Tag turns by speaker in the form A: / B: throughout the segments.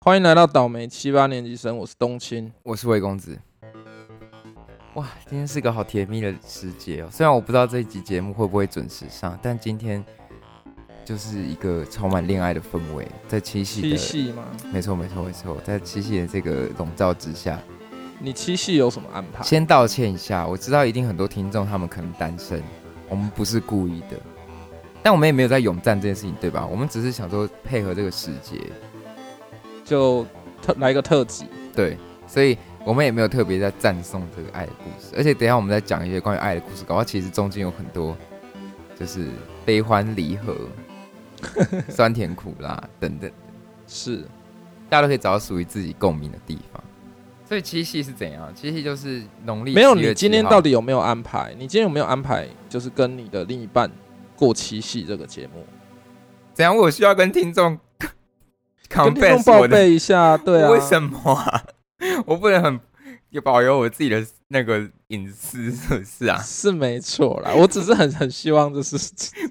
A: 欢迎来到倒霉七八年级生，我是冬青。
B: 我是魏公子。哇，今天是个好甜蜜的时节哦。虽然我不知道这一集节目会不会准时上，但今天就是一个充满恋爱的氛围，在七夕
A: 七
B: 的，
A: 系嘛，
B: 没错没错没错，在七夕的这个笼罩之下，
A: 你七系有什么安排？
B: 先道歉一下，我知道一定很多听众他们可能单身，我们不是故意的，但我们也没有在咏赞这件事情，对吧？我们只是想说配合这个时节，
A: 就特来个特辑，
B: 对，所以我们也没有特别在赞颂这个爱的故事，而且等一下我们再讲一些关于爱的故事，搞不好其实中间有很多就是悲欢离 合、酸甜苦辣等等，
A: 是
B: 大家都可以找到属于自己共鸣的地方。所以七夕是怎样？七夕就是农历
A: 没有。
B: 7月
A: 你今天
B: 7号
A: 到底有没有安排？你今天有没有安排？就是跟你的另一半过七夕这个节目，
B: 怎样？我需要跟听众
A: 跟听众
B: confess
A: 报
B: 我的
A: 备一下。对啊，
B: 为什么啊？ 我不能很有保留我自己的那个隐私，是不是啊？
A: 是没错啦，我只是很很希望，就是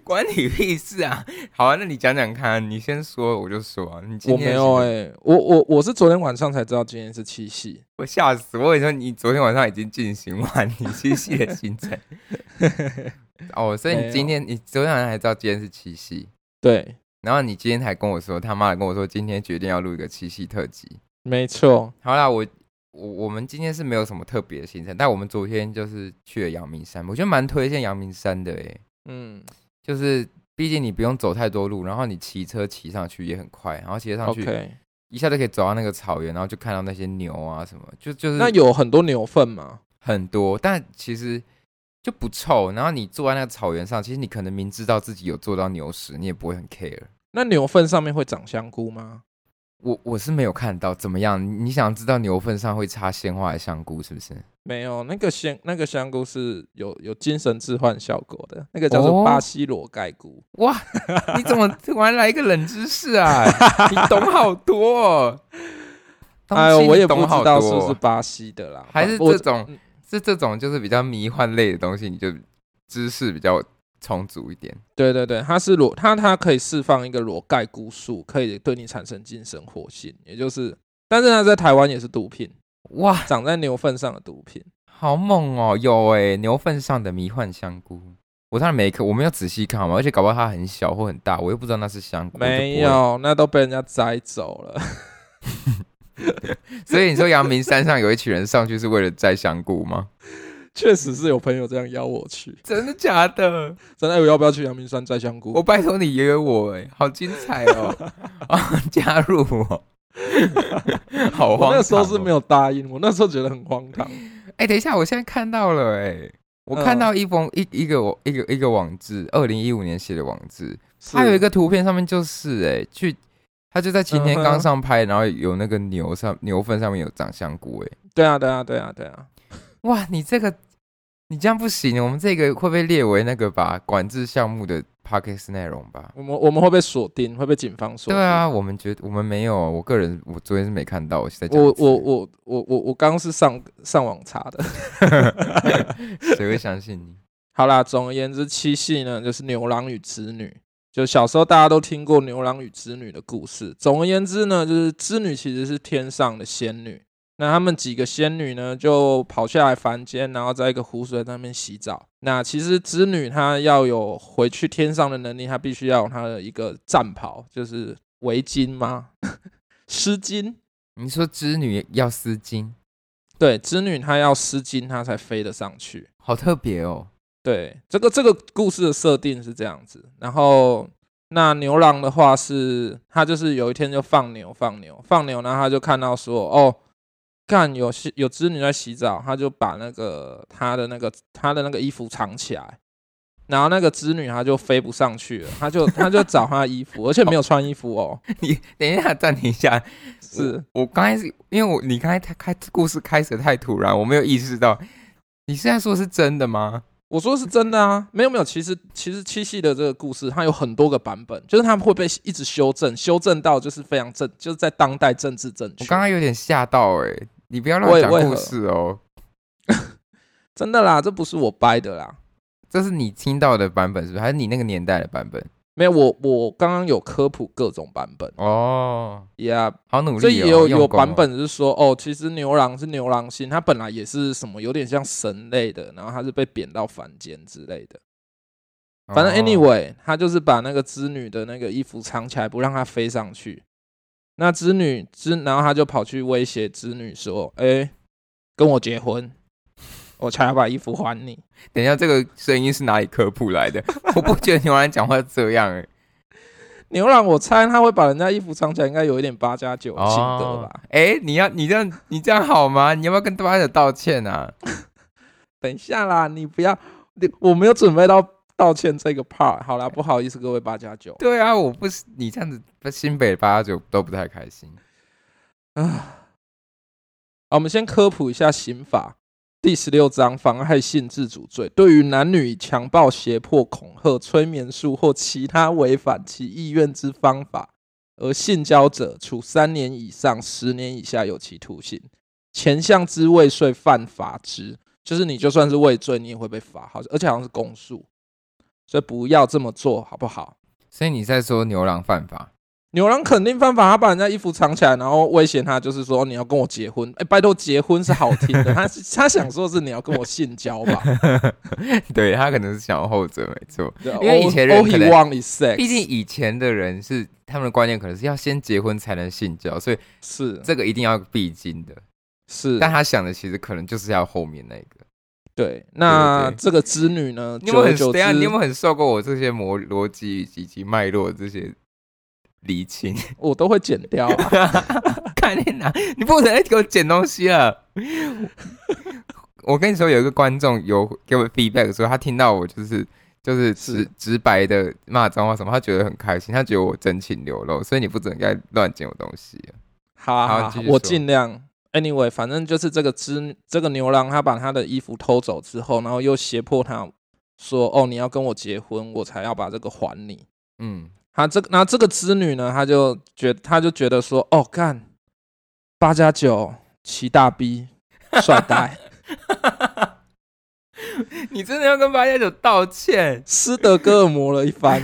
B: 关你屁事啊！ 好啊，那你讲讲看，你先说，我就说啊。你今
A: 我
B: 天
A: 没有哎、我我我是昨天晚上才知道今天是七夕，
B: 我吓死！我跟你说，你昨天晚上已经进行完你七夕的 行程。哦，所以
A: 没有
B: 你今天，你昨天晚上还知道今天是七夕，
A: 对，
B: 然后你今天还跟我说，他妈的跟我说，今天决定要录一个七夕特辑。
A: 没错，
B: 好啦，我我我们今天是没有什么特别的行程，但我们昨天就是去了阳明山，我觉得蛮推荐阳明山的诶，
A: 嗯
B: 就是毕竟你不用走太多路，然后你骑车骑上去也很快，然后骑车上去
A: ，OK。
B: 一下就可以走到那个草原，然后就看到那些牛啊什么，就就是
A: 那有很多牛粪吗？
B: 很多，但其实就不臭。然后你坐在那个草原上，其实你可能明知道自己有做到牛屎，你也不会很 care。
A: 那牛粪上面会长香菇吗？
B: 我我是没有看到怎么样，你你想知道牛粪上会插鲜花还是香菇是 不是？
A: 没有，那个香那个香菇是有有精神置换效果的，那个叫做
B: 哦
A: 巴西裸盖菇。
B: 哇，你怎么突然来一个冷知识 啊？你懂好多、哦。
A: 哎呦，
B: 东西
A: 我
B: 你
A: 也不
B: 懂好
A: 知
B: 多
A: 道
B: 哦
A: 是不是巴西的啦，
B: 还是
A: 反我
B: 这种
A: 嗯
B: 是这种就是比较迷幻类的东西，你就知识比较充足一点。
A: 对对对，它是裸，它它可以释放一个裸盖菇素，可以对你产生精神活性，也就是，但是它在台湾也是毒品，
B: 哇，
A: 长在牛粪上的毒品。
B: 好猛哦！有哎、牛粪上的迷幻香菇，我当然没看，我没有仔细看好吗？而且搞不好它很小或很大，我又不知道那是香菇。
A: 没
B: 我就
A: 有，那都被人家摘走了。
B: 不会，所以你说阳明山上有一群人上去是为了摘香 菇吗？
A: 确实是有朋友这样邀我去，
B: 真的假的？
A: 真的、哎我要不要去阳明山摘香菇？
B: 我拜托你约我哎、好精彩哦！ 啊，加入我，好
A: 我
B: 荒唐哦、
A: 那时候是没有答应，我那时候觉得很荒 唐。
B: 哎、等一下，我现在看到了哎、我看
A: 嗯
B: 到一封、一一个我一个一个网志，二零一五年写的网志，
A: 是
B: 它有一个图片上面就是哎、去他就在擎天
A: 嗯哼
B: 岗上拍，然后有那个牛上牛粪上面有长香菇哎、
A: 对啊，对啊，对啊，对啊，
B: 哇，你这个你这样不行，我们这个会被列为那个吧管制项目的 p o c k e t 内容吧？
A: 我们我们会被锁定，会被警方锁
B: 对
A: 定。
B: 啊，我们觉得我们没有，我个人我昨天是没看到，我现在讲
A: 我
B: 一次
A: 我我我我我刚刚是上上网查的。
B: 谁会相信你？
A: 好啦，总而言之，七系呢就是牛郎与织女。就小时候大家都听过牛郎与织女的故事。总而言之呢，就是织女其实是天上的仙女，那她们几个仙女呢就跑下来凡间，然后在一个湖水那边洗澡。那其实织女她要有回去天上的能力，她必须要有她的一个战袍，就是围巾吗？ 湿巾。
B: 你说织女要丝巾，
A: 对，织女她要湿巾，她才飞得上去。
B: 好特别哦。
A: 对，这个这个故事的设定是这样子。然后那牛郎的话是，他就是有一天就放牛放牛放牛，然后他就看到说，哦，看有洗有织女在洗澡，他就把那个他的那个他的那个衣服藏起来。然后那个织女她就飞不上去了，她就她就找她的衣服，而且没有穿衣服哦，
B: 你等一下，暂停一下，
A: 是
B: 我刚开始，因为我你刚才开开故事开始得太突然，我没有意识到。你现在说是真的吗？
A: 我说是真的啊，没有没有，其实其实七夕的这个故事，它有很多个版本，就是他们会被一直修正，修正到就是非常正，就是在当代政治正确。
B: 我刚刚有点吓到哎、你不要乱
A: 为
B: 讲
A: 为何
B: 故事哦，
A: 真的啦，这不是我掰的啦，
B: 这是你听到的版本是不是？还是你那个年代的版本？
A: 没有，我我刚刚有科普各种版本
B: 哦，
A: ，Yeah，
B: 好努力、哦，
A: 这也有
B: 用
A: 有
B: 功哦
A: 版本是说，哦，其实牛郎是牛郎星，它本来也是什么有点像神类的，然后它是被贬到凡间之类的。反正
B: 哦
A: anyway，他就是把那个织女的那个衣服藏起来，不让她飞上去。那织女织，然后他就跑去威胁织女说：“哎、跟我结婚，我才要把衣服还你。
B: 等一下，这个声音是哪里科普来的？我不觉得牛郎讲话这样哎、”
A: 牛郎，我猜他会把人家衣服藏起来，应该有一点八加九的性格吧？
B: 哎、你要你这样你这样好吗？你要不要跟大家道歉啊？
A: 等一下啦，你不要，你我没有准备到道歉这个 part。好啦，不好意思，各位八加九
B: 对啊，我不是你这样子，新北八九都不太开心。
A: 啊。好我们先科普一下刑法第十六章妨害性自主罪，对于男女以强暴、胁迫、恐吓、催眠术或其他违反其意愿之方法而性交者，处三年以上十年以下有期徒刑。前项之未遂犯罚之，就是你就算是畏罪，你也会被罚，好像而且好像是公诉，所以不要这么做，好不好？
B: 所以你在说牛郎犯法？
A: 牛郎肯定犯法，他把人家衣服藏起来，然后威胁他，就是说你要跟我结婚。哎、拜托，结婚是好听 的，他是他想说是你要跟我性交吧？
B: 对他可能是想要后者，没错。
A: 对
B: 啊
A: 啊
B: 因为
A: all-
B: 以前人
A: all he
B: 可能
A: want is sex，
B: 毕竟以前的人是他们的观念可能是要先结婚才能性交，所以
A: 是
B: 这个一定要必经的。
A: 是
B: 但他想的其实可能就是要后面那个。
A: 对。那
B: 对对
A: 这个织女呢？
B: 你
A: 久
B: 有没
A: 而
B: 有很
A: 久
B: 等一
A: 之
B: 下，，你有没有很受过我这些逻逻辑以及以及脉络这些理清？
A: 我都会剪掉、啊。
B: 看你哪，你不能再给我捡东西了。 我跟你说，有一个观众有给我 feedback 说，他听到我就是就是直
A: 是
B: 直白的骂脏话什么，他觉得很开心，他觉得我真情流露，所以你不准该乱捡我东西。
A: 好啊、
B: 好
A: 好啊
B: 继续
A: 我
B: 说
A: 尽量。Anyway，反正就是这个织这个牛郎，他把他的衣服偷走之后，然后又胁迫他说：“哦，你要跟我结婚，我才要把这个还你。”
B: 嗯，
A: 他这个，然后这个织女呢，她就觉她就觉得说，哦，干八加九，骑大逼，帅 呆，
B: 你真的要跟八加九道歉？
A: 斯德哥尔摩了一 番，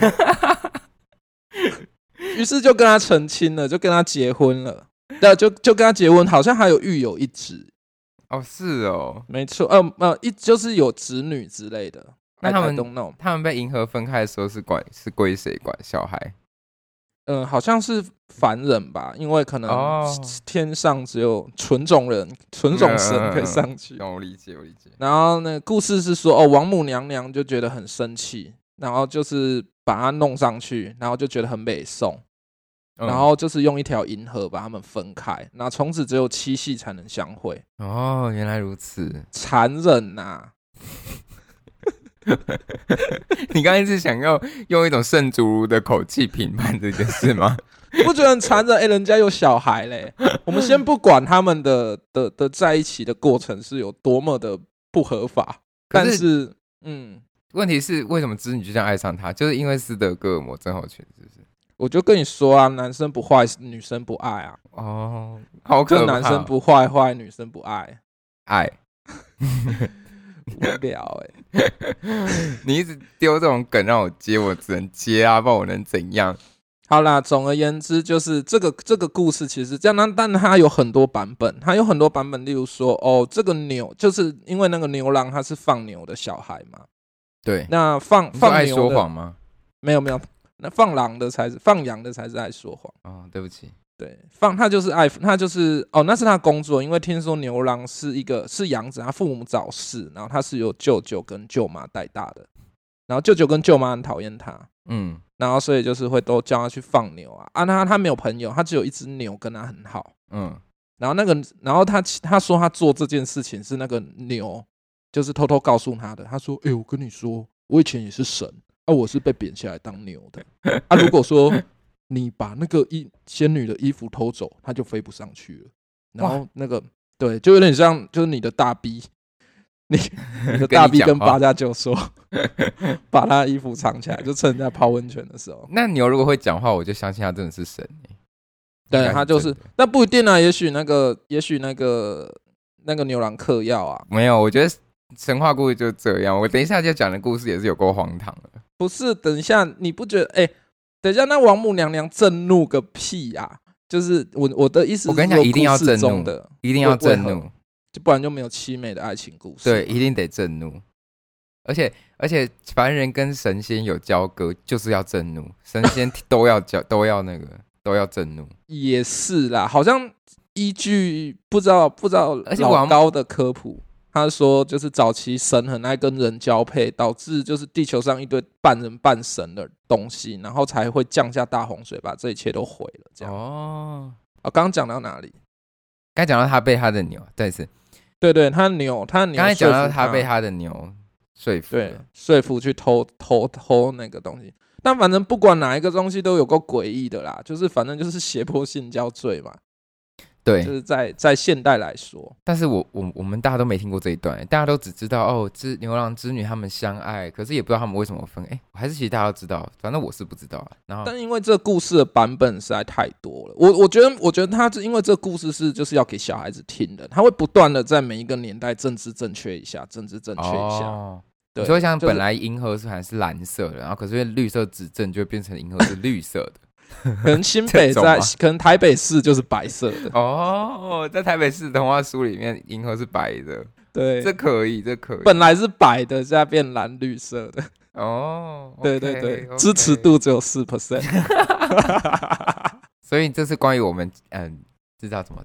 A: 于是就跟他成亲了，就跟他结婚了，那就就跟他结婚，好像还有育有一子，
B: 哦，是哦，
A: 没错，呃呃，一就是有子女之类的。
B: 那
A: I-
B: 他
A: I
B: 们
A: don't know，
B: 他们被银河分开的时候是管是归谁管？小孩？
A: 嗯、好像是凡人吧，因为可能
B: 哦
A: 天上只有纯种人、纯种神可以
B: 嗯
A: 上去。
B: 哦懂我理解，我理解。
A: 然后呢，故事是说，哦，王母娘娘就觉得很生气，然后就是把她弄上去，然后就觉得很美颂，
B: 嗯
A: 然后就是用一条银河把他们分开，那从此只有七夕才能相会，
B: 哦，原来如此。
A: 残忍呐、
B: 你刚才是想要用一种圣主如的口气评判这件事 吗？
A: 你不觉得很残 忍？哎、人家有小孩嘞，我们先不管他们的的的在一起的过程是有多么的不合法，
B: 可
A: 但
B: 是
A: 是，嗯，
B: 问题是为什么织女就这样爱上他？就是因为斯德哥尔摩症候群，是不是？
A: 我就跟你说啊，男生不坏，女生不爱啊，
B: 哦，好可
A: 就
B: 怕！
A: 男生不坏坏，女生不爱。
B: 爱，
A: 无聊哎、
B: 你一直丢这种梗让我接，我只能接啊，不然我能怎样？
A: 好啦，总而言之，就是这个这个故事其实这样，但但它有很多版本，它有很多版本，例如说，哦，这个牛就是因为那个牛郎他是放牛的小孩嘛，
B: 对，
A: 那放
B: 你说
A: 放
B: 爱
A: 牛
B: 说
A: 的
B: 谎吗？
A: 没有没有，那放狼的才是放羊的才是爱说谎，
B: 哦，对不起，
A: 对，放他就是爱他就是哦，那是他工作，因为听说牛郎是一个是养子，他父母早逝，然后他是由舅舅跟舅妈带大的，然后舅舅跟舅妈很讨厌他，
B: 嗯，
A: 然后所以就是会都叫他去放牛啊啊，他他没有朋友，他只有一只牛跟他很好。
B: 嗯，
A: 然后那个，然后他他说他做这件事情是那个牛，就是偷偷告诉他的。他说：“哎、我跟你说，我以前也是神啊，我是被贬下来当牛 的啊。如果说你把那个衣仙女的衣服偷走，他就飞不上去了。然后那个对，就有点像就是你的大逼， 你你的大逼
B: 跟
A: 跟
B: 你讲话
A: 八加九 说，把他的衣服藏起来，就趁人家泡温泉的时候。”
B: 那牛如果会讲话，我就相信他真的是神欸。应
A: 对
B: 该是
A: 他就
B: 真
A: 是
B: 的，
A: 那不一定啊，也许那个，也许那个那个牛郎嗑药啊，
B: 没有，我觉得神话故事就这样。我等一下就讲的故事也是有够荒唐的。
A: 不是？等一下，你不觉得？哎、等一下，那王母娘娘震怒个屁啊！就是我我的意思是说，
B: 我跟你讲一定
A: 故
B: 要
A: 事中
B: 震怒
A: 的，
B: 一定要震
A: 为为
B: 怒，
A: 就不然就没有凄美的爱情故事。
B: 对，一定得震怒。而且而且，凡人跟神仙有交割，就是要震怒，神仙都要交， 都要那个，都要震怒。
A: 也是啦，好像依据不知道不知道
B: 而且
A: 老
B: 王
A: 高的科普，他说就是早期神很爱跟人交配，导致就是地球上一堆半人半神的东西，然后才会降下大洪水，把这一切都毁了。这样，
B: 哦，
A: 啊，刚刚讲到哪里？
B: 刚才讲到他被他的牛，再一次，
A: 对对，他牛，他牛
B: 刚才
A: 说
B: 讲
A: 服
B: 到
A: 他
B: 他被他的牛说服
A: 对
B: 了。
A: 说服去偷偷偷那个东西。但反正不管哪一个东西都有够诡异的啦，就是反正就是胁迫性交罪嘛，
B: 对，
A: 就是在在现代来说，
B: 但是我我我们大家都没听过这一段，欸大家都只知道哦，之牛郎织女他们相爱，可是也不知道他们为什么分。哎，还是其实大家都知道，反正我是不知道。啊然后
A: 但因为这故事的版本实在太多了，我我觉得，我觉得他是因为这故事是就是要给小孩子听的，他会不断的在每一个年代政治正确一下，政治正确一下。
B: 哦，
A: 对，
B: 你说像
A: 就是
B: 本来银河是还是蓝色的，然后可是因为绿色指正就变成银河是绿色 的。
A: 可能新北
B: 这种
A: 在
B: 吗，
A: 可能台北市就是白色的，
B: 哦，在台北市童话书里面，银河是白的，
A: 对，
B: 这可以，这可以。
A: 本来是白的，现在变蓝绿色的，
B: 哦，
A: 对对对，支持。度只有四 percent，
B: 所以这是关于我们嗯，知道怎么，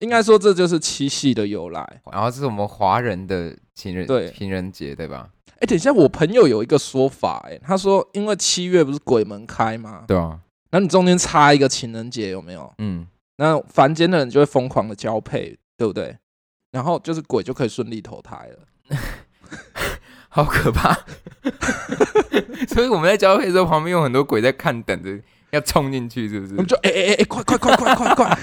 A: 应该说这就是七夕的由来。
B: 然后这是我们华人的情人
A: 对
B: 情人节对吧？
A: 哎，等一下，我朋友有一个说法，哎，他说因为七月不是鬼门开吗？
B: 对啊，
A: 然后你中间插一个情人节，有没有？
B: 嗯。
A: 那凡间的人就会疯狂的交配，对不对？然后就是鬼就可以顺利投胎了。
B: 好可怕！ 所以我们在交配的时候，旁边有很多鬼在看，等着要冲进去，是不是
A: 我们？就哎哎哎哎，快快快快快快！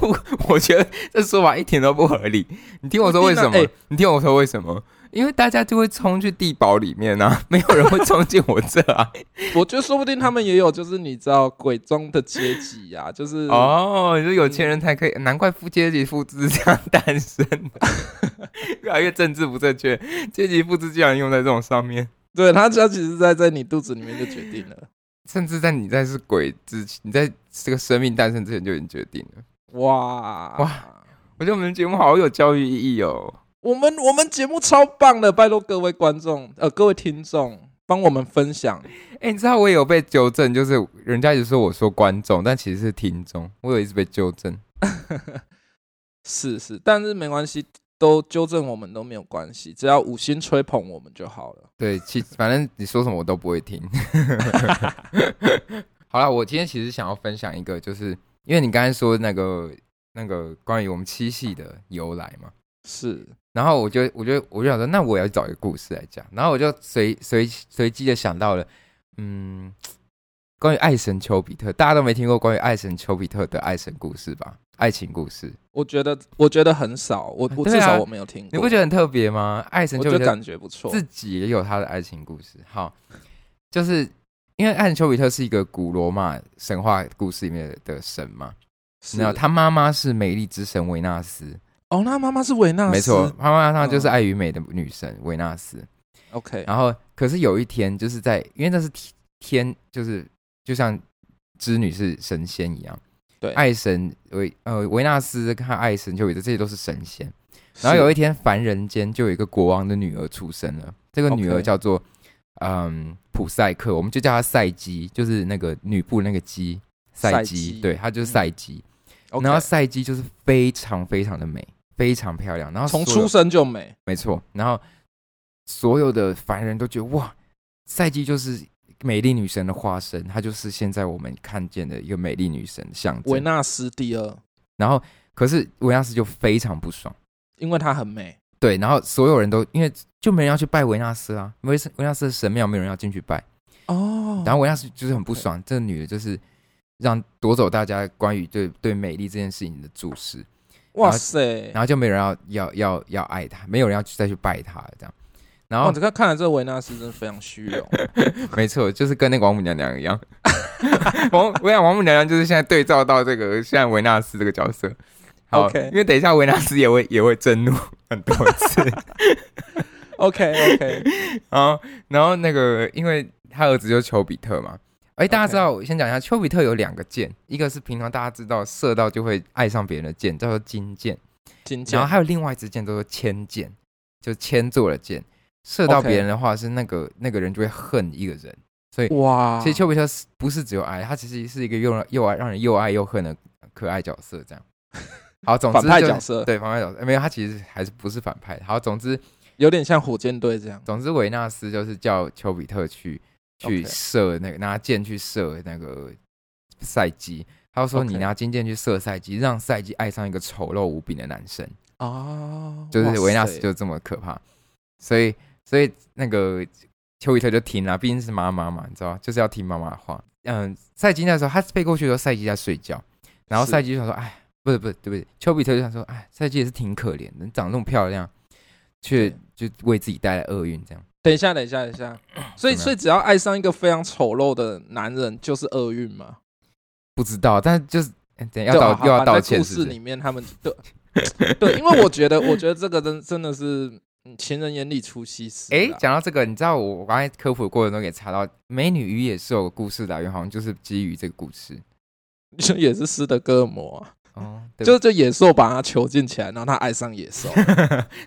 B: 我我觉得这说法一点都不合理。你听我说为什
A: 一
B: 么？
A: 定啊哎
B: 你听我说为什么？因为大家就会冲去地堡里面啊， 没有人会冲进我这啊。
A: 我觉得说不定他们也有，就是你知道鬼中的阶级呀、啊，就是
B: 哦，你说有钱人才可以，难怪富阶级复制这样诞 生的，越来越政治不正确，阶级复制居然用在这种上面，
A: 对他他其实在在你肚子里面就决定了。
B: 甚至在你在是鬼之前，你在这个生命诞生之前就已经决定了。
A: 哇哇
B: 哇！我觉得我们的节目好有教育意义哦。
A: 我们我们节目超棒的，拜托各位观众呃各位听众帮我们分享。
B: 哎、你知道我也有被纠正，就是人家一直说我说观众，但其实是听众，我有一直被纠正。
A: 是是，但是没关系，都纠正我们都没有关系，只要五星吹捧我们就好了。
B: 对，其反正你说什么我都不会听。 好了，我今天其实想要分享一个，就是因为你刚才说那个那个关于我们七系的由来嘛，
A: 是，
B: 然后我就我就我就想说，那我也要找一个故事来讲，然后我就随随随机的想到了，嗯，关于爱神丘比特，大家都没听过关于爱神丘比特的爱神故事吧？爱情故事。
A: 我觉得我觉得很少，我我
B: 对
A: 至
B: 啊
A: 少我没有听过，
B: 你不觉得很特别吗？爱神
A: 我
B: 丘
A: 就
B: 比特
A: 感觉不错。
B: 自己也有他的爱情故事。好，就是因为爱神丘比特是一个古罗马神话故事里面的神嘛，
A: 是
B: 然后他妈妈是美丽之神维纳斯，
A: 哦，那妈妈是维纳斯，
B: 没错，他妈妈就是
A: 嗯
B: 爱与美的女神维纳斯。
A: ，OK，
B: 然后，可是有一天，就是在因为那是天天，就是就像织女是神仙一样，
A: 对
B: 爱神维呃维纳斯跟他爱神丘比特这些都是神仙。然后有一
A: 一
B: 天，凡人间就有一个国王的女儿出生了，这个女
A: OK
B: 儿叫做嗯普赛克，我们就叫她赛姬，就是那个女部那个姬，赛
A: 赛
B: 姬
A: 姬，嗯
B: 对，她就是赛姬。
A: ，OK，
B: 然后赛姬就是非常非常的美，非常漂亮。然后
A: 从
B: 所有
A: 出生就美，
B: 没错，然后所有的凡人都觉得哇，赛姬就是美丽女神的化身，她就是现在我们看见的一个美丽女神的象
A: 维
B: 征。
A: 纳斯第二，
B: 然后，可是维纳斯就非常不爽。
A: 因为她很美，
B: 对，然后所有人都因为就没人要去拜维纳斯啊，维斯维纳斯的神庙没有人要进去拜，
A: 哦，
B: 然后维纳斯就是很不爽，这个女的就是让夺走大家关于对对美丽这件事情的注视，
A: 哇塞
B: 然，后就没有人要要要要爱她，没有人要去再去拜她了这样，然
A: 哇，
B: 后
A: 这个看来这维纳斯真的非常虚荣，
B: 没错，就是跟那个王母娘娘一样， 王我想王母娘娘就是现在对照到这个现在维纳斯这个角色，好
A: OK
B: 因为等一下维纳斯也会也会震怒很多次。
A: OK OK，
B: 然后，然后那个，因为他儿子就是丘比特嘛。哎，大家
A: OK
B: 知道我先讲一下，丘比特有两个箭，一个是平常大家知道射到就会爱上别人的箭，叫做金箭，
A: 金箭
B: 然后还有另外一支箭叫做铅箭，就铅做的箭，射到
A: OK
B: 别人的话是那个那个人就会恨一个人。
A: 哇，
B: 其实丘比特是不是只有爱，他其实是一个又让又爱让人又爱又恨的呃可爱角色， 这样。好，总之
A: 反派
B: 就
A: 角色
B: 对反派角色，哎没有他其实还是不是反派。好，总之
A: 有点像火箭队这样。
B: 总之维纳斯就是叫丘比特去去
A: OK
B: 射那个拿箭去射那个赛姬，他就说
A: OK
B: 你拿金箭去射赛姬，让赛姬爱上一个丑陋无比的男生。
A: 哦，
B: 就是维纳
A: 哇
B: 斯
A: 塞
B: 就这么可怕，所以所以那个丘比特就听了，毕竟是妈妈嘛，你知道，就是要听妈妈的话。嗯，赛季那时候他飞过去的时候，赛季在睡觉，然后
A: 是
B: 赛季就想说，哎，不是不是，对不起，丘比特就想说，哎，赛季也是挺可怜的，长那么漂亮，却就为自己带来厄运这样。
A: 等一下，等一下，等一 下。所以，
B: 怎么样
A: 所以只要爱上一个非常丑陋的男人，就是厄运嘛。
B: 不知道，但是就是哎等一下
A: 对啊
B: 要
A: 吧
B: 道又
A: 好
B: 要
A: 吧
B: 道
A: 在
B: 歉，
A: 故
B: 是不
A: 事
B: 是
A: 里？面，他们对对，因 为我觉得，我觉得这个真真的是嗯情人眼里出西施啦。啊
B: 哎，讲到这个，你知道我我刚才科普的过程中也查到，《美女与野兽》的故事来源好像就是基于这个故事。
A: 就也是斯德哥尔摩啊，
B: 哦，对不
A: 就就野兽把他囚禁起来，然后他爱上野兽，斯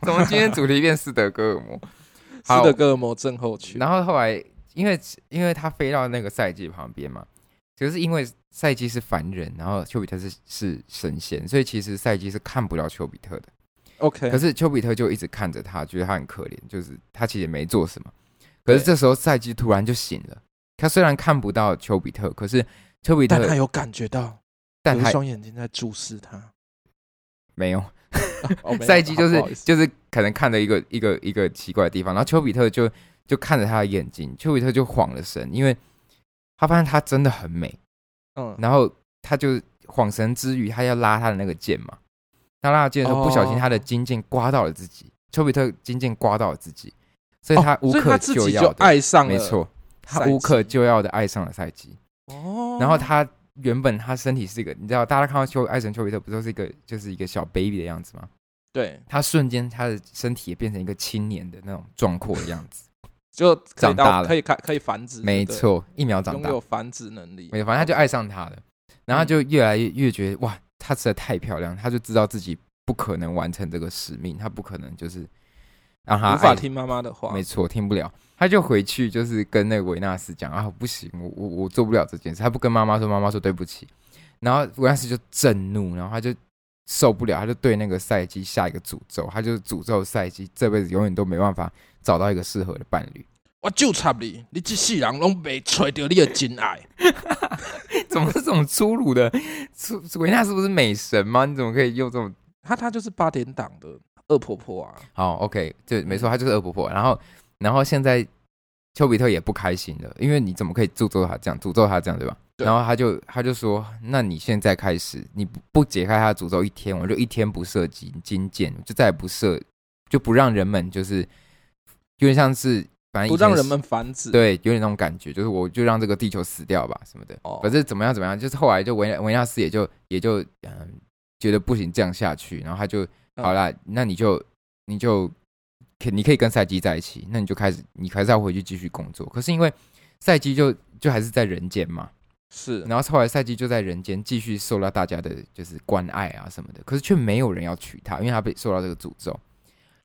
B: 怎么今天主题变斯德哥尔 摩？ 好
A: 德哥尔摩症候群。
B: 然后后来因为因为他飞到那个赛季旁边嘛，就是因为赛季是凡人，然后丘比特是是神仙，所以其实赛季是看不到丘比特的。
A: OK，
B: 可是丘比特就一直看着他，觉得他很可怜，就是他其实也没做什么。可是
A: 对
B: 这时候赛季突然就醒了，他虽然看不到丘比特，可是丘比特
A: 但他有感觉到
B: 但
A: 有一
B: 他
A: 双眼睛在注视他。
B: 没有。
A: 哦没有
B: 赛季就
A: 好
B: 是
A: 不好意思
B: 就是可能看着一个一个一个奇怪的地方，然后丘比特就就看着他的眼睛，丘比特就晃了神，因为他发现她真的很美，
A: 嗯，
B: 然后他就晃神之余，他要拉他的那个剑嘛，他拉他剑的时候，不小心
A: 哦
B: 他的金剑刮到了自己，丘比特金剑刮到了自己，所以他
A: 哦
B: 无
A: 所以
B: 可
A: 他自
B: 救
A: 己
B: 药
A: 就
B: 的，
A: 爱上了，
B: 没。错，他
A: 赛
B: 无可
A: 季
B: 救药的爱上了赛季，
A: 哦，
B: 然后他原本他身体是一个，你知道大家看到丘爱神丘比特不都是一个就是一个小 baby 的样子吗？
A: 对，
B: 他瞬间他的身体也变成一个青年的那种壮阔的样子。
A: 就可以
B: 长
A: 到
B: 大了
A: 可以开可以繁殖，
B: 没
A: 对不对
B: 错，一秒长
A: 拥
B: 大，
A: 有繁殖能力。
B: 没有，反正他就爱上他了。然后他
A: 嗯
B: 就越来越越觉得哇，她实在太漂亮，他就知道自己不可能完成这个使命，他不可能就是让他
A: 无法
B: 爱
A: 听妈妈的话
B: 啊哎没。错，听不了，他就回去就是跟那个维纳斯讲啊，不行，我我我做不了这件事。他不跟妈妈说，妈妈说对不起。然后维纳斯就震怒，然后他就受不了，他就对那个赛季下一个诅咒，他就诅咒赛季这辈子永远都没办法找到一个适合的伴侣。
A: 我就插你，你这世人拢未找到你的真爱。
B: 怎么是这种粗鲁的？粗维纳斯不是美神吗？你怎么可以用这种？
A: 他他就是八点档的恶婆婆啊。
B: 好，OK，对，没错，他就是恶婆婆。然后，然后现在丘比特也不开心了，因为你怎么可以诅咒他这样，诅咒他这样，对吧？
A: 对
B: 然后他就他就说：“那你现在开始，你不不解开他的诅咒一天，我就一天不射金金箭，就再也不射，就不让人们就是有点像是反正以
A: 不
B: 前
A: 让人
B: 是
A: 们繁殖。，
B: 对，有点那种感觉，就是我就让这个地球死掉吧什么的。
A: 哦
B: 可是怎么样怎么样，就是后来就维维纳斯也就也就嗯觉得不行这样下去，然后他就
A: 嗯
B: 好啦，那你就你就可你可以跟赛基在一起，那你就开始你还是要回去继续工作。可是因为赛基就就还是在人间嘛，
A: 是
B: 然后后来赛季就在人间继续受到大家的就是关爱啊什么的，可是却没有人要娶她，因为她被受到这个诅咒。
A: 哦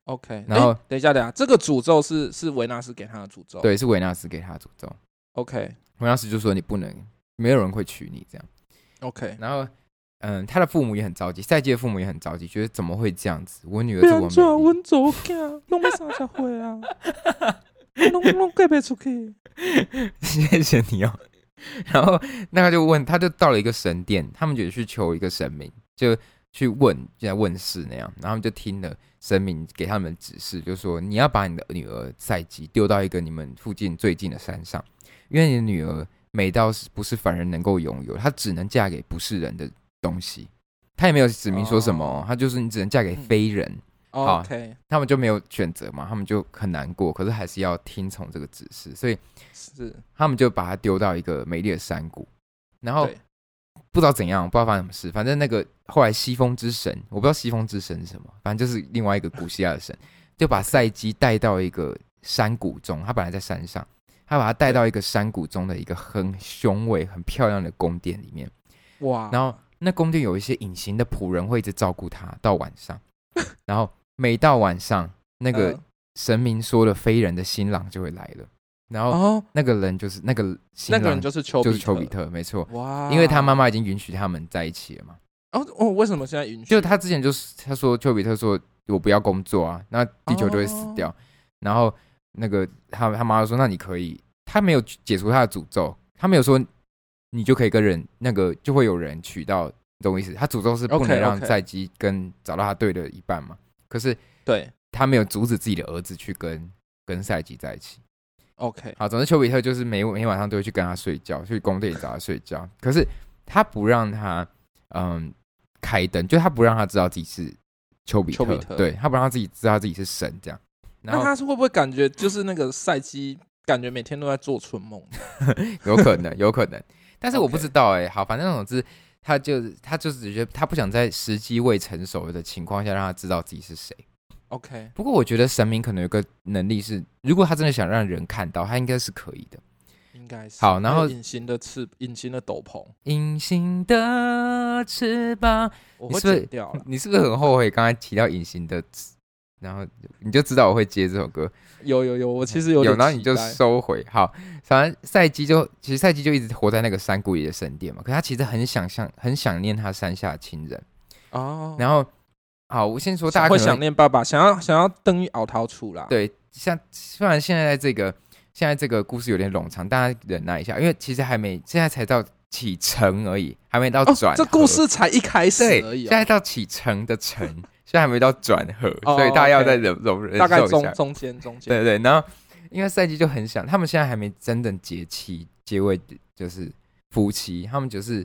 A: OK。
B: 然后
A: 诶等一下，等一下，这个诅咒是是维纳斯给他的诅咒。
B: 对，是维纳斯给她的诅咒。
A: ，OK
B: 维纳斯就说你不能，没有人会娶你这样。
A: OK。
B: 然后，嗯，他的父母也很着急，赛季的父母也很着急，觉得怎么会这样子？我女儿这么
A: 做
B: 美丽，
A: 阮做囝，拢要三十岁啊， 拢拢嫁不出去。
B: 谢谢你哦。然后那他就问，他就到了一个神殿，他们就去求一个神明，就去问，就在问事那样。然后他们就听了神明给他们的指示，就说你要把你的女儿赛季丢到一个你们附近最近的山上，因为你的女儿美到是不是凡人能够拥有，她只能嫁给不是人的东西。他也没有指明说什么哦、
A: 哦
B: 他就是你只能嫁给
A: 嗯
B: 非人。好
A: OK，
B: 他们就没有选择嘛，他们就很难过，可是还是要听从这个指示，所以
A: 是。
B: 他们就把他丢到一个美丽的山谷，然后
A: 对
B: 不知道怎样，不知道发生什么事，反正那个后来西风之神，我不知道西风之神是什么，反正就是另外一个古希腊的神，就把赛基带到一个山谷中，他本来在山上，他把他带到一个山谷中的一个很雄伟、很漂亮的宫殿里面，
A: 哇，
B: 然后那宫殿有一些隐形的仆人会一直照顾他到晚上，然后每到晚上，那个
A: 嗯
B: 神明说的飞人的新郎就会来了，然后
A: 哦，
B: 那个人就是那个新
A: 那
B: 郎
A: 个人就是丘
B: 就是
A: 丘啊
B: 丘比，特，没错，
A: 哇，
B: 因为他妈妈已经允许他们在一起了嘛。
A: 哦哦，为什么现在允许？
B: 就他之前就是他说丘比特说我不要工作啊，那地球就会死
A: 哦
B: 掉。然后那个他他妈就说那你可以，他没有解除他的诅咒，他没有说你就可以跟人那个就会有人娶到，你懂我意思？他诅咒是不
A: OK，OK
B: 能让赛基跟找到他对的一半嘛。可是
A: 对
B: 他没有阻止自己的儿子去跟跟赛基在一起。
A: ，OK，
B: 好，总之丘比特就是每每晚上都会去跟他睡觉，去宫殿里找他睡觉。可是他不让他嗯开灯，就他不让他知道自己是丘比特，
A: 丘比特
B: 对他不让他自己知道自己是神这样。然
A: 那
B: 后
A: 他是会不会感觉就是那个赛基，感觉每天都在做春梦？
B: 有可能，有可能，但是我
A: OK
B: 不知道哎、好，反正总之他就是他就是只觉得他不想在时机未成熟的情况下让他知道自己是谁。
A: OK，
B: 不过我觉得神明可能有个能力是，如果他真的想让人看到，他应该是可以的。
A: 应该是
B: 好然后
A: 还有隐形的翅，隐形的斗篷，
B: 隐形的翅膀。
A: 我
B: 你
A: 会
B: 是不是
A: 剪掉了。
B: 哦你是不是很后悔刚才提到隐形的词？然后你就知道我会接这首歌，
A: 有有有，我其实有
B: 有，
A: 点
B: 然后你
A: 期
B: 就
A: 待
B: 收回。好，反正赛基就其实赛基就一直活在那个山谷里的神殿嘛，可他其实很想象，很想念他山下的亲人。
A: 哦。
B: 然后，好，我先说
A: 想
B: 大家可
A: 会
B: 能
A: 想念爸爸，想要想要登于熬逃出哦啦。，
B: 对，像虽然现在这个现在这个故事有点冗长，大家忍耐一下，因为其实还没现在才到启程而已，还没到
A: 哦
B: 转、，
A: 这故。事才一开始
B: 对，
A: 而已
B: 现
A: 哦，
B: 在到启程的 程，现在还没到转合，
A: 哦
B: 所以大家要
A: OK
B: 再忍容忍
A: 大概
B: 受一
A: 中
B: 下。
A: 中间中间。
B: 对对，然后因为赛季就很想，他们现在还没真正结妻结为就是夫妻，他们就是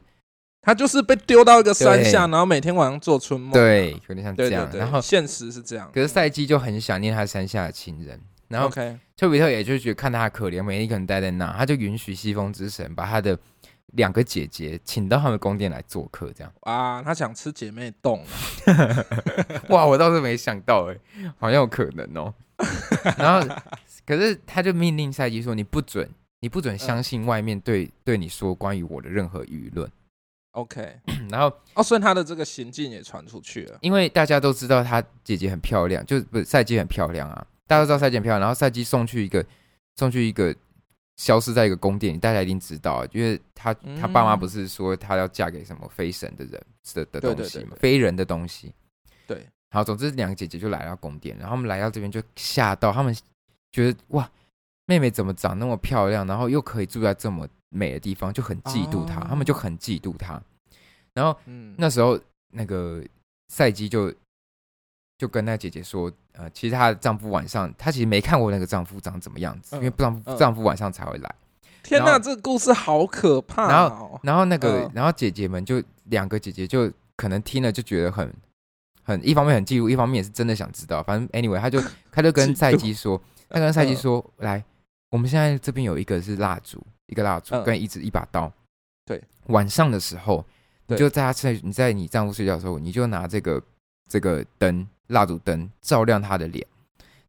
A: 他就是被丢到一个山
B: 对
A: 下，然后每天晚上做春梦啊。
B: 对，有点像这
A: 对
B: 样
A: 对。对，
B: 然后
A: 现实是这样。
B: 可是赛季就很想念他山下的亲人，
A: 嗯
B: 然后
A: OK，
B: 丘比特也就觉得看他可怜，每天一个人待在那，他就允许西风之神把他的两个姐姐请到他们宫殿来做客， 这样。
A: 啊，他想吃姐妹冻啊，
B: 哇，我倒是没想到哎、好像有可能哦、 然后，可是他就命令赛基说：“你不准，你不准相信外面对对你说关于我的任何舆论。
A: OK，”
B: 然后，
A: 哦，所以他的这个行径也传出去了。
B: 因为大家都知道她姐姐很漂亮，就是不是赛基很漂亮啊，大家都知道赛基很漂亮。然后赛基送去一个送去一个消失在一个宫殿里，大家一定知道啊，因为她
A: 嗯
B: 她爸妈不是说她要嫁给什么非神的人的的
A: 对
B: 东西
A: 对对
B: 嘛
A: 对，
B: 非人的东西。
A: 对，
B: 好，总之两个姐姐就来到宫殿，然后他们来到这边就吓到，他们觉得哇，妹妹怎么长那么漂亮，然后又可以住在这么美的地方，就很嫉妒她，
A: 哦
B: 他们就很嫉妒她。
A: 嗯，
B: 那时候那个赛基就就跟那姐姐说，呃，其实她的丈夫晚上，她其实没看过那个丈夫长怎么样子，
A: 嗯
B: 因为丈夫
A: 嗯
B: 丈夫晚上才会来。
A: 天
B: 然
A: 哪，
B: 后
A: 这个故事好可怕、哦。
B: 然后那个，
A: 嗯
B: 然后姐姐们就两个姐姐就可能听了就觉得很很，一方面很嫉妒，一方面也是真的想知道。反正 anyway，他就他就跟
A: 嫉妒
B: 赛基说，他跟赛基
A: 嗯
B: 说，来，我们现在这边有一个是蜡烛，一个蜡烛
A: 嗯
B: 跟一支一把刀。
A: 对，晚
B: 晚上的时候，你
A: 对
B: 就在他睡，你在你丈夫睡觉的时候，你就拿这个这个灯蜡烛灯照亮他的脸。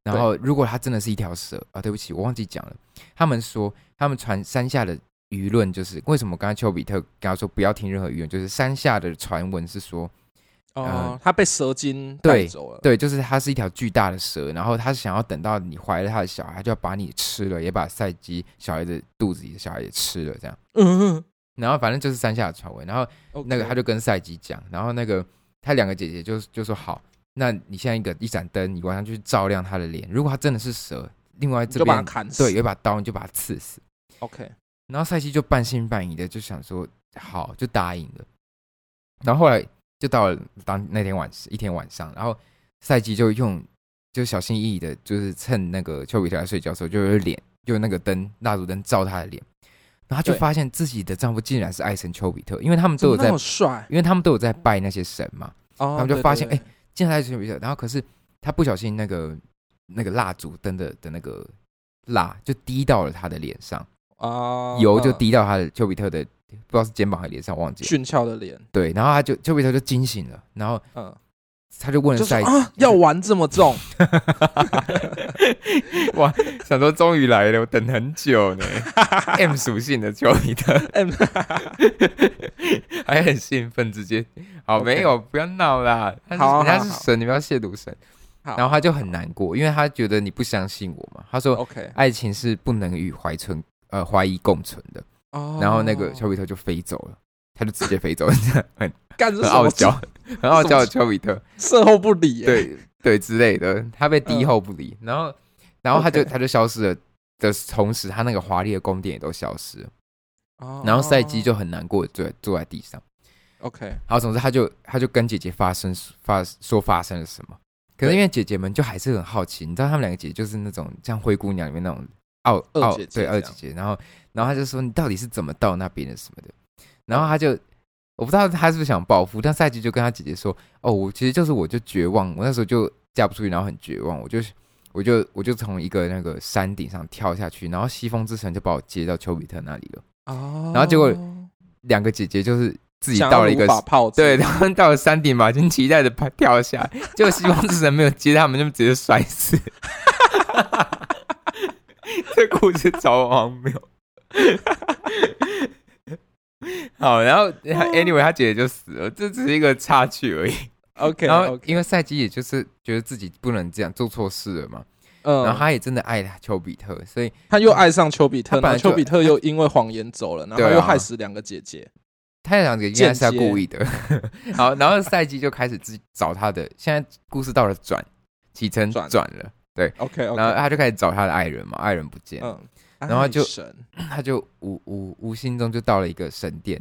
B: 然后，如果他真的是一条蛇啊，对不起，我忘记讲了。他们说，他们传山下的舆论就是为什么刚才丘比特跟他说不要听任何舆论，就是山下的传闻是说，
A: 哦、
B: 呃
A: 他被蛇精带
B: 对
A: 走了。
B: 对，就是它是一条巨大的蛇，然后它想要等到你怀了它的小孩，就要把你吃了，也把赛基小孩的肚子里的小孩也吃了，这样。
A: 嗯，
B: 然后反正就是山下的传闻，然后
A: OK
B: 那个他就跟赛基讲，然后那个他两个姐姐就就说好，那你现在一个一盏灯，你晚上就去照亮他的脸，如果他真的是蛇，另外
A: 你
B: 这
A: 就把他
B: 边
A: 砍死。
B: 对有一把刀，你就把他刺死。
A: ，OK，
B: 然后赛季就半信半疑的就想说好，就答应了。然后后来就到了当那天晚一天晚上，然后赛季就用就小心翼翼的，就是趁那个丘比特在睡觉的时候，就用脸用那个灯蜡烛灯照他的脸，然后他就
A: 对
B: 发现自己的丈夫竟然是爱神丘比特，因为他们都有
A: 怎么
B: 在
A: 那，么帅
B: 因为他们都有在拜那些神嘛，
A: 哦，
B: 他们就发现
A: 对
B: 哎
A: 对对
B: 竟然是爱神丘比特。然后可是他不小心那个那个蜡烛灯的的那个蜡就滴到了他的脸上。
A: 啊，
B: 油就
A: 嗯
B: 滴到他的丘比特的，不知道是肩膀还是脸上，忘记了。
A: 俊俏的脸，
B: 对，然后他就丘比特就惊醒了，然后
A: 嗯，
B: 他就问
A: 就说
B: 了赛季，
A: 啊，要玩这么重，
B: 想说终于来了，我等很久呢。M 属性的球迷的
A: M
B: 还很兴奋，直接好
A: OK
B: 没有，不要闹啦。他是
A: 好好
B: 人家是
A: 好
B: 神，你不要亵渎神。
A: 好
B: 然后他就很难过，因为他觉得你不相信我嘛。他说
A: OK，
B: 爱情是不能与怀存呃怀疑共存的。
A: 哦，
B: 然后那个丘比特就飞走了，他就直接飞走了， 很
A: 干这
B: 很
A: 是什
B: 傲
A: 么
B: 娇，很傲娇的
A: 这
B: 丘比特，
A: 事后不理、欸，，
B: 对对之类的，他被低后不理，然后然后他就
A: 嗯 OK
B: 他就消失了。的同时，他那个华丽的宫殿也都消失了，
A: 哦、
B: 然后赛基就很难过地坐在坐在地上。
A: OK，
B: 然后总之，他就他就跟姐姐发生发说发生了什么。可是
A: 对
B: 因为姐姐们就还是很好奇，你知道他们两个姐姐就是那种像灰姑娘里面那种傲
A: 二
B: 傲
A: 姐姐
B: 对
A: 这
B: 二姐
A: 样
B: 姐，然后然后他就说你到底是怎么到那边的什么的，然后他就我不知道他是不是想报复，但赛季就跟他姐姐说哦，我其实就是我就绝望，我那时候就嫁不出去，然后很绝望，我就我就我就从一个那个山顶上跳下去，然后西风之神就把我接到丘比特那里了，
A: 哦，
B: 然后结果两个姐姐就是自己
A: 想
B: 到了一个
A: 把炮制
B: 对，他们到了山顶，满心期待的爬跳下 来，结果希望之神没有接他们，就直接摔死。 这故事超荒谬。 好，然
A: 哦
B: 后 anyway，他姐姐就死了，这只是一个插曲而已。
A: ，OK，
B: 然后
A: OK，
B: 因为赛基也就是觉得自己不能这样做错事了嘛，
A: 嗯，
B: 然后他也真的爱了丘比特，所以
A: 他又爱上丘比特，
B: 他本
A: 然
B: 来
A: 后
B: 就
A: 丘比特又因为谎言走了，然后
B: 对啊
A: 又害死两个姐姐。
B: 他想应该是他
A: 间接
B: 故意的。 好，然后赛基就开始自己找他的，现在故事到了转起承
A: 转
B: 转了。
A: OK
B: 然后
A: OK，
B: 他就开始找他的爱人嘛，爱人不见，
A: 嗯，
B: 然后他就
A: 爱神
B: 他就无无无心中就到了一个神殿，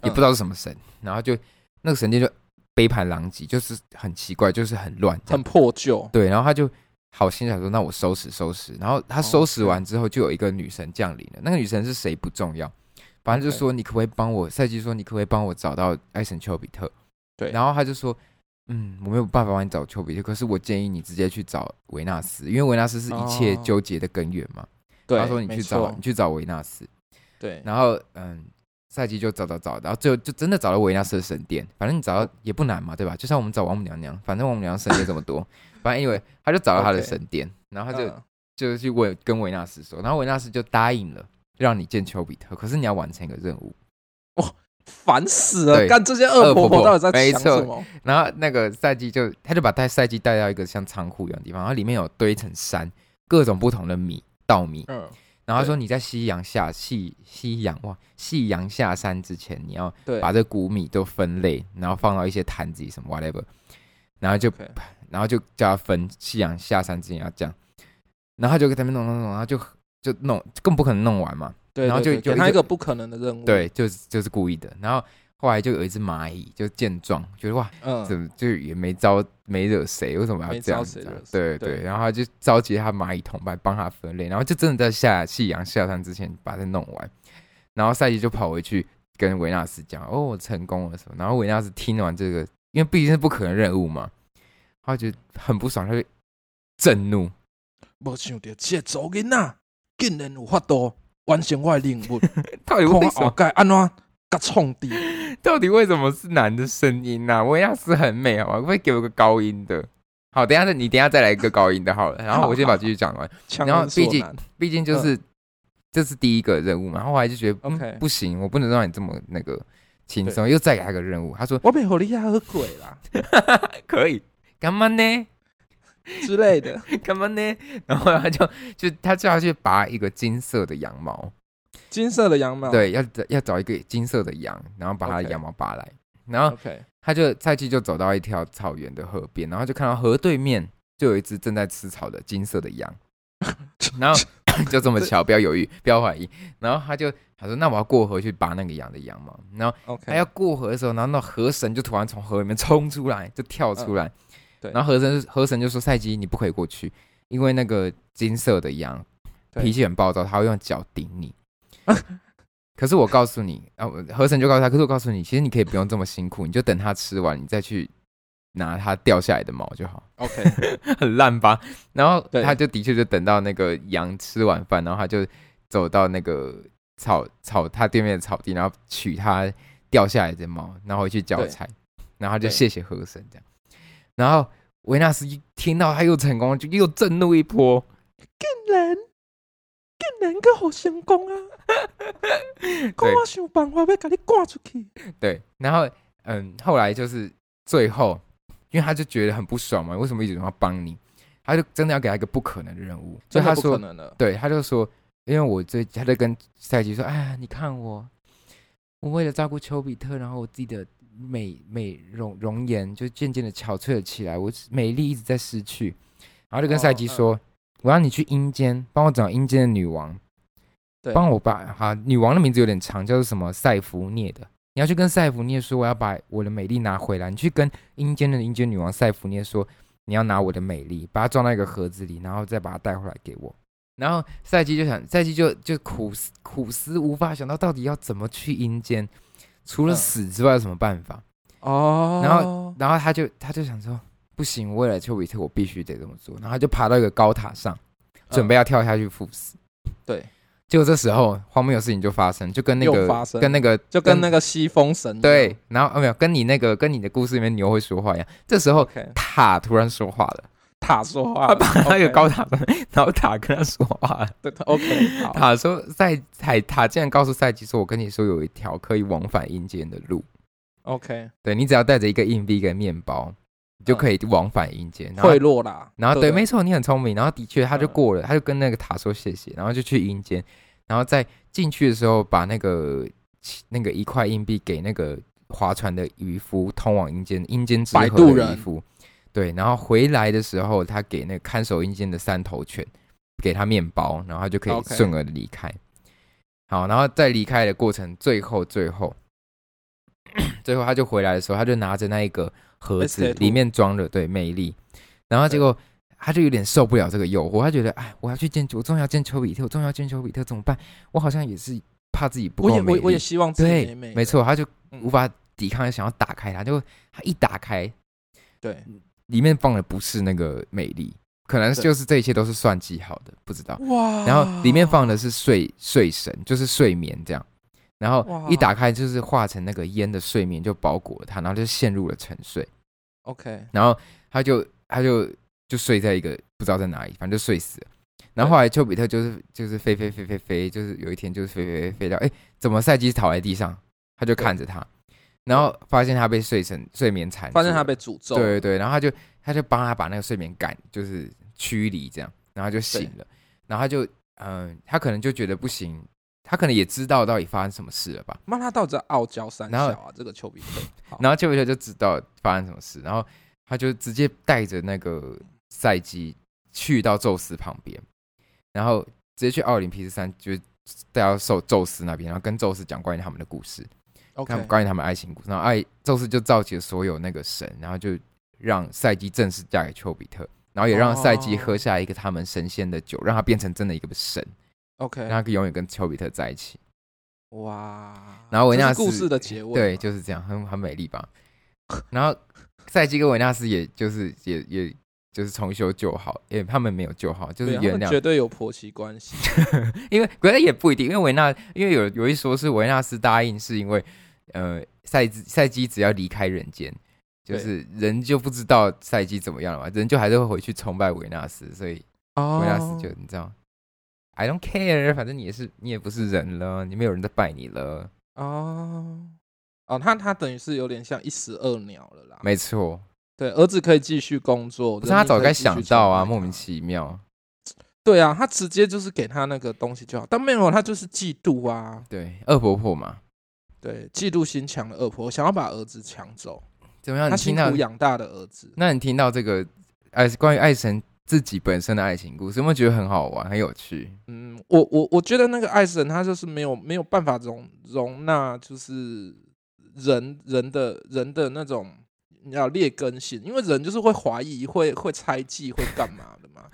A: 嗯
B: 也不知道是什么神，然后就那个神殿就杯盘狼藉，就是很奇怪，就是很乱这
A: 很
B: 样，
A: 破旧，
B: 对，然后他就好心想说，那我收拾收拾，然后他收拾完之后，就有一个女神降临了，那个女神是谁不重要，反正就
A: OK
B: 说你可不可以帮我，赛季说你可不可以帮我找到爱神丘比特，
A: 对
B: 然后他就说。嗯，我没有办法帮你找丘比特，可是我建议你直接去找维纳斯，因为维纳斯是一切
A: 哦
B: 纠结的根源嘛。
A: 对，
B: 他说你去
A: 没
B: 找
A: 错
B: 你去找维纳斯，
A: 对，
B: 然后嗯，赛季就找找找，然后最后就真的找到维纳斯的神殿。反正你找
A: 哦
B: 到也不难嘛，对吧？就像我们找王母娘娘，反正王母娘娘神殿这么 多，反正因为他就找到他的
A: OK
B: 神殿，然后他就、
A: 嗯
B: 就去问跟维纳斯说，然后维纳斯就答应了。让你见丘比特，可是你要完成一个任务。
A: 烦死了，
B: 对
A: 干这些恶婆
B: 恶婆婆
A: 到底在
B: 没
A: 想
B: 错
A: 什么？
B: 然后那个赛季就，他就把带赛季带到一个像仓库一样的地方，然后里面有堆成山，各种不同的米稻米，
A: 嗯，
B: 然后他说你在夕阳下夕夕阳哇夕阳下山之前，你要
A: 对
B: 把这谷米都分类，然后放到一些坛子里什么 whatever，然后就
A: OK
B: 然后就叫他分夕阳下山之前要这样，然后他就给他们弄弄弄，然后就就弄更不可能弄完嘛，
A: 对，
B: 然后
A: 对
B: 就
A: 对
B: 有
A: 给
B: 一
A: 他一
B: 个
A: 个不可能的任务。，
B: 对，就是就是故意的。然后后来就有一只蚂蚁就见状，觉得哇
A: 嗯，
B: 怎么就也没招没惹谁，为什么要
A: 没
B: 这样
A: 招
B: 子
A: 谁
B: 啊？
A: 惹谁
B: 对
A: 对
B: 对，然后他就召集他蚂蚁同伴帮他分类，然后就真的在下夕阳下山之前把它弄完，然后赛季就跑回去跟维纳斯讲：“哦，我成功了什么？”然后维纳斯听完这个，因为毕竟是不可能任务嘛，他觉得很不爽，他就震怒，
A: 没想到这个某囡仔竟然有法度完成我的任务，
B: 到底 为
A: 看
B: 什
A: 后
B: 么？
A: 盖安怎甲创地？
B: 到底为什么是男的声音呐、维纳斯很美好吗？可不可以给我个高音的？好，等一下再你等一下再来一个高音的好了，然后我先把继续讲完。
A: 强
B: 然后
A: 人所
B: 毕竟
A: 难。
B: 毕竟就是、这是第一个任务嘛，后来就觉得
A: OK
B: 嗯不行，我不能让你这么那个轻松，又再给他个任务，他说
A: 我被火力压喝鬼 啦
B: 可以，干嘛呢？
A: 之类的，
B: 干嘛呢？然后他就就他就要去拔一个金色的羊毛，
A: 金色的羊毛。
B: 对，要找要找一个金色的羊，然后把它的
A: 嗯 OK
B: 羊毛拔来然后
A: ，OK，
B: 他就蔡记就走到一条草原的河边，然后就看到河对面就有一只正在吃草的金色的羊，然后 就这么巧，不要犹豫，不要怀疑，然后他就他说那我要过河去拔那个羊的羊毛，然后
A: OK，
B: 他要过河的时候，然后那河神就突然从河里面冲出来，就跳出来，
A: 嗯对
B: 然后河神河神就说赛基你不可以过去，因为那个金色的羊
A: 对
B: 脾气很暴躁，他会用脚顶 你。可是我告诉你，啊，我河神就告诉他，可是我告诉你，其实你可以不用这么辛苦，你就等它吃完，你再去拿它掉下来的毛就好，
A: OK，
B: 很烂吧？然后
A: 对
B: 他就的确就等到那个羊吃完饭，然后他就走到那个草草他对面的草地，然后取它掉下来的毛，然后回去交
A: 对
B: 差，然后他就
A: 对
B: 谢谢河神这样。然后维纳斯一听到他又成功，就又震怒一 波，
A: 竟然竟然个好成功啊！
B: 对
A: 我想办法要甲你赶出去。
B: 对，然后嗯，后来就是最后，因为他就觉得很不爽嘛，为什么一直要帮你？他就真的要给他一个不可能的任务，所
A: 真
B: 以
A: 的
B: 他
A: 不可
B: 说，
A: 能了，
B: 对，他就说，因为我最，他就跟赛季说，哎呀，你看我，我为了照顾丘比特，然后我自己的美美容容颜就渐渐的憔悴了起来，我美丽一直在失去，然后就跟赛季
A: 哦嗯
B: 说，我要你去阴间，帮我找阴间的女王，
A: 对
B: 帮我把哈女王的名字有点长，叫做什么塞弗涅的。你要去跟塞弗涅说，我要把我的美丽拿回来。你去跟阴间的阴间女王塞弗涅说，你要拿我的美丽，把它装到一个盒子里，然后再把它带回来给我。然后赛季就想，赛季就就苦思苦思，无法想到到底要怎么去阴间，除了
A: 嗯
B: 死之外有什么办法？
A: 哦，
B: 然后然后他就他就想说，不行，为了丘比特，我必须得这么做。然后他就爬到一个高塔上，准备
A: 要
B: 要跳下去赴死。
A: 嗯对，
B: 结果这时候荒谬的事情就发生，就跟那
A: 又发
B: 个
A: 生嗯
B: 跟那个
A: 就跟那个西风神一样
B: 对，然后、哦、没有跟你那个跟你的故事里面牛会说话一样。这时候
A: ，OK，
B: 塔突然说话了，
A: 塔说话
B: 他
A: 了，
B: 爬到一个高塔上，然后塔跟他说话了。
A: ，OK，好，
B: 塔说赛塔塔竟然告诉赛季说：“我跟你说有一条可以往返阴间的路，
A: ，OK，
B: 对你只要带着一个硬币、一个面包，你
A: 嗯
B: 就可以往返阴间。然后
A: 贿赂啦，
B: 然后对，
A: 不
B: 没错，你很聪明。然后的确，他就
A: 嗯
B: 过了，他就跟那个塔说谢谢，然后就去阴间，然后在进去的时候把那个那个一块硬币给那个划船的渔夫，通往阴间阴间之
A: 摆
B: 河
A: 渡
B: 的渔
A: 人
B: 夫。对，然后回来的时候，他给那个看守阴间的三头犬给他面包，然后他就可以
A: OK
B: 顺而离开。好，然后在离开的过程，最后最后 最后他就回来的时候，他就拿着那一个盒子，
A: Escape
B: 里面装了对魅力，然后结果他就有点受不了这个诱惑，他觉得哎，我要去见，我终于要见丘比特，我终于要见丘比特，怎么办？我好像也是怕自己不
A: 我
B: 够
A: 也
B: 美
A: 我
B: 丽，
A: 也我也希望自己
B: 对，
A: 美美，
B: 没，错，他就
A: 嗯
B: 无法抵抗，想要打开它，就他一打开，
A: 对，
B: 里面放的不是那个美丽，可能
A: 对
B: 就是这一切都是算计好的，不知道。
A: 哇，
B: 然后里面放的是睡睡神，就是睡眠这样。然后
A: 哇
B: 一打开就是化成那个烟的睡眠就包裹了他，然后就陷入了沉睡。
A: OK，
B: 然后他就他就就睡在一个不知道在哪里，反正就睡死了。然后后来丘比特就是就是飞飞飞飞飞，就是有一天就是飞飞飞飞到哎，怎么赛基倒在地上？他就看着他，然后发现他被睡成睡眠缠住了，
A: 发现他被诅咒，
B: 对对对，然后他就他就帮他把那个睡眠赶就是驱离这样，然后他就醒了，然后他就嗯、他可能就觉得不行，他可能也知道到底发生什么事了吧，
A: 妈，他到底在傲娇三小
B: 然后
A: 啊？这个丘 比特，好
B: 然后丘比特就知道发生什么事，然后他就直接带着那个赛基去到宙斯旁边，然后直接去奥林匹斯山，就是带到宙宙斯那边，然后跟宙斯讲关于他们的故事，他们
A: OK，
B: 关于他们爱情故事。然后爱宙斯就召集了所有那个神，然后就让赛基正式嫁给丘比特，然后也让赛基
A: 哦
B: 喝下一个他们神仙的酒，让他变成真的一个神，让
A: OK，
B: 他永远跟丘比特在一起。
A: 哇，
B: 然后维
A: 这
B: 纳
A: 是
B: 斯
A: 故事的结尾，
B: 对，，就是这样，很很美丽吧。然后赛基跟维纳斯也就是也也就是重修旧好，也他们没有旧好，就是
A: 对他
B: 原
A: 们绝
B: 谅，
A: 对有婆媳关系，
B: 因为可是也不一定，因为维纳因为有有一说是维纳斯答应是因为呃赛基赛基只要离开人间。就
A: 对
B: 是人就不知道赛基怎么样了嘛，人就还是会回去崇拜维纳斯，所以
A: 哦
B: 维纳斯就你知道，I don't care，反正你也是你也不是人了，你没有人在拜你了，
A: 哦哦，他他等于是有点像一石二鸟了啦。
B: 没错，
A: 啊对，儿子可以继续工作，
B: 不是
A: 人
B: 他
A: 民
B: 早
A: 可以
B: 该
A: 继续
B: 想到
A: 崇
B: 啊，
A: 拜
B: 莫名
A: 他
B: 其妙。
A: 对啊，他直接就是给他那个东西就好，但没有他就是嫉妒啊，
B: 对，恶婆婆嘛，
A: 对，嫉妒心强的恶婆想要把儿子抢走，
B: 怎么样？
A: 他
B: 你
A: 辛
B: 听到
A: 苦？养大的儿子，
B: 那你听到这个爱关于爱神自己本身的爱情故事，有没有觉得很好玩、很有趣？
A: 嗯，我我我觉得那个爱神他就是没有没有办法容容纳就是人人的人的那种你要劣根性，因为人就是会怀疑、会会猜忌、会干嘛的 嘛。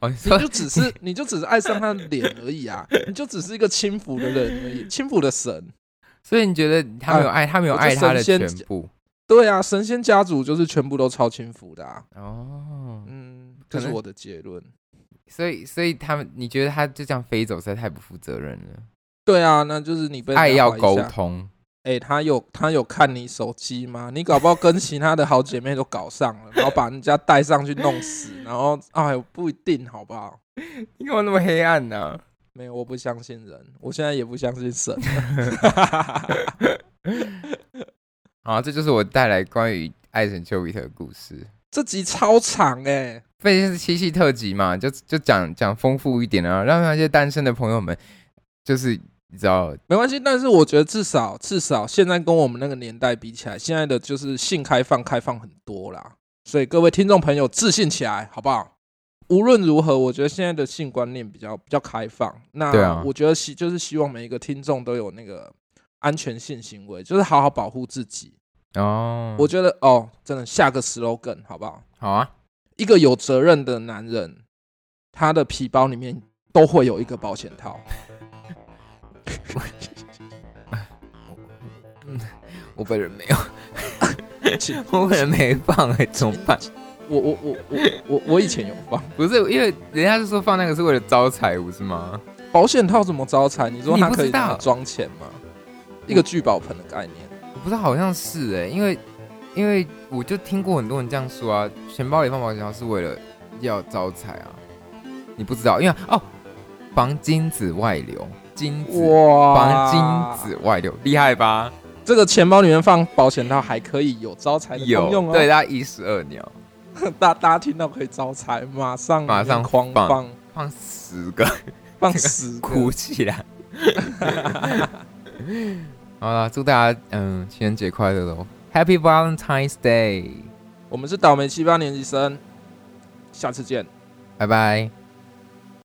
B: 哦，你
A: 你
B: 说
A: 就只是你就只是爱上他的脸而已啊，你就只是一个轻浮的人而已，轻浮的神。
B: 所以你觉得他没有爱，他没有
A: 我就
B: 爱他的
A: 神仙
B: 全部
A: 对啊，神仙家族就是全部都超轻浮的啊。
B: 哦。
A: 嗯，
B: 可
A: 这
B: 能
A: 是我的结论。
B: 所以，所以他们，你觉得他就这样飞走，实在太不负责任了。
A: 对啊，那就是你被人家
B: 爱要
A: 怀疑一
B: 沟
A: 下，
B: 通，
A: 哎、她有她有看你手机吗？你搞不好跟其他的好姐妹都搞上了，然后把人家带上去弄死，然后哎不一定好不好？
B: 你干嘛那么黑暗呢、
A: 没有，我不相信人，我现在也不相信神。
B: 好，这就是我带来关于爱神丘比特的故事。
A: 这集超长哎、
B: 毕竟是七夕特辑嘛，就就讲讲丰富一点啊，让那些单身的朋友们，就是你知道，
A: 没关系，但是我觉得至少至少现在跟我们那个年代比起来，现在的就是性开放开放很多啦，所以各位听众朋友自信起来好不好？无论如何，我觉得现在的性观念比较比较开放。
B: 对
A: 那
B: 啊
A: 我觉得希就是希望每一个听众都有那个安全性行为，就是好好保护自己。
B: 哦，
A: 我觉得哦，真的下个 slogan 好不好？
B: 好啊，
A: 一个有责任的男人，他的皮包里面都会有一个保险套。
B: 我本人没 有，
A: 请
B: 我本人没放哎、怎么办？
A: 我我我我我我以前有放。
B: 不是，因为人家是说放那个是为了招财，不是吗？
A: 保险套怎么招财？你说它可以
B: 你不知道
A: 拿来装钱吗？一个聚宝盆的概念，
B: 我不知道，好像是哎、因为因为我就听过很多人这样说啊，钱包里放保险套是为了要招财啊，你不知道，因为哦，防精子外流，精子
A: 哇
B: 防精子外流，厉害吧？
A: 这个钱包里面放保险套还可以有招财的功用
B: 有，
A: 哦。
B: 对，，它一石二鸟，
A: 大大家听到可以招财，马上
B: 马上
A: 狂
B: 放
A: 放
B: 放十个
A: 放 死
B: 哭起来。好了，祝大家嗯情人节快乐喽！Happy Valentine's Day，
A: 我们是倒霉七八年级生，下次见。
B: 拜拜。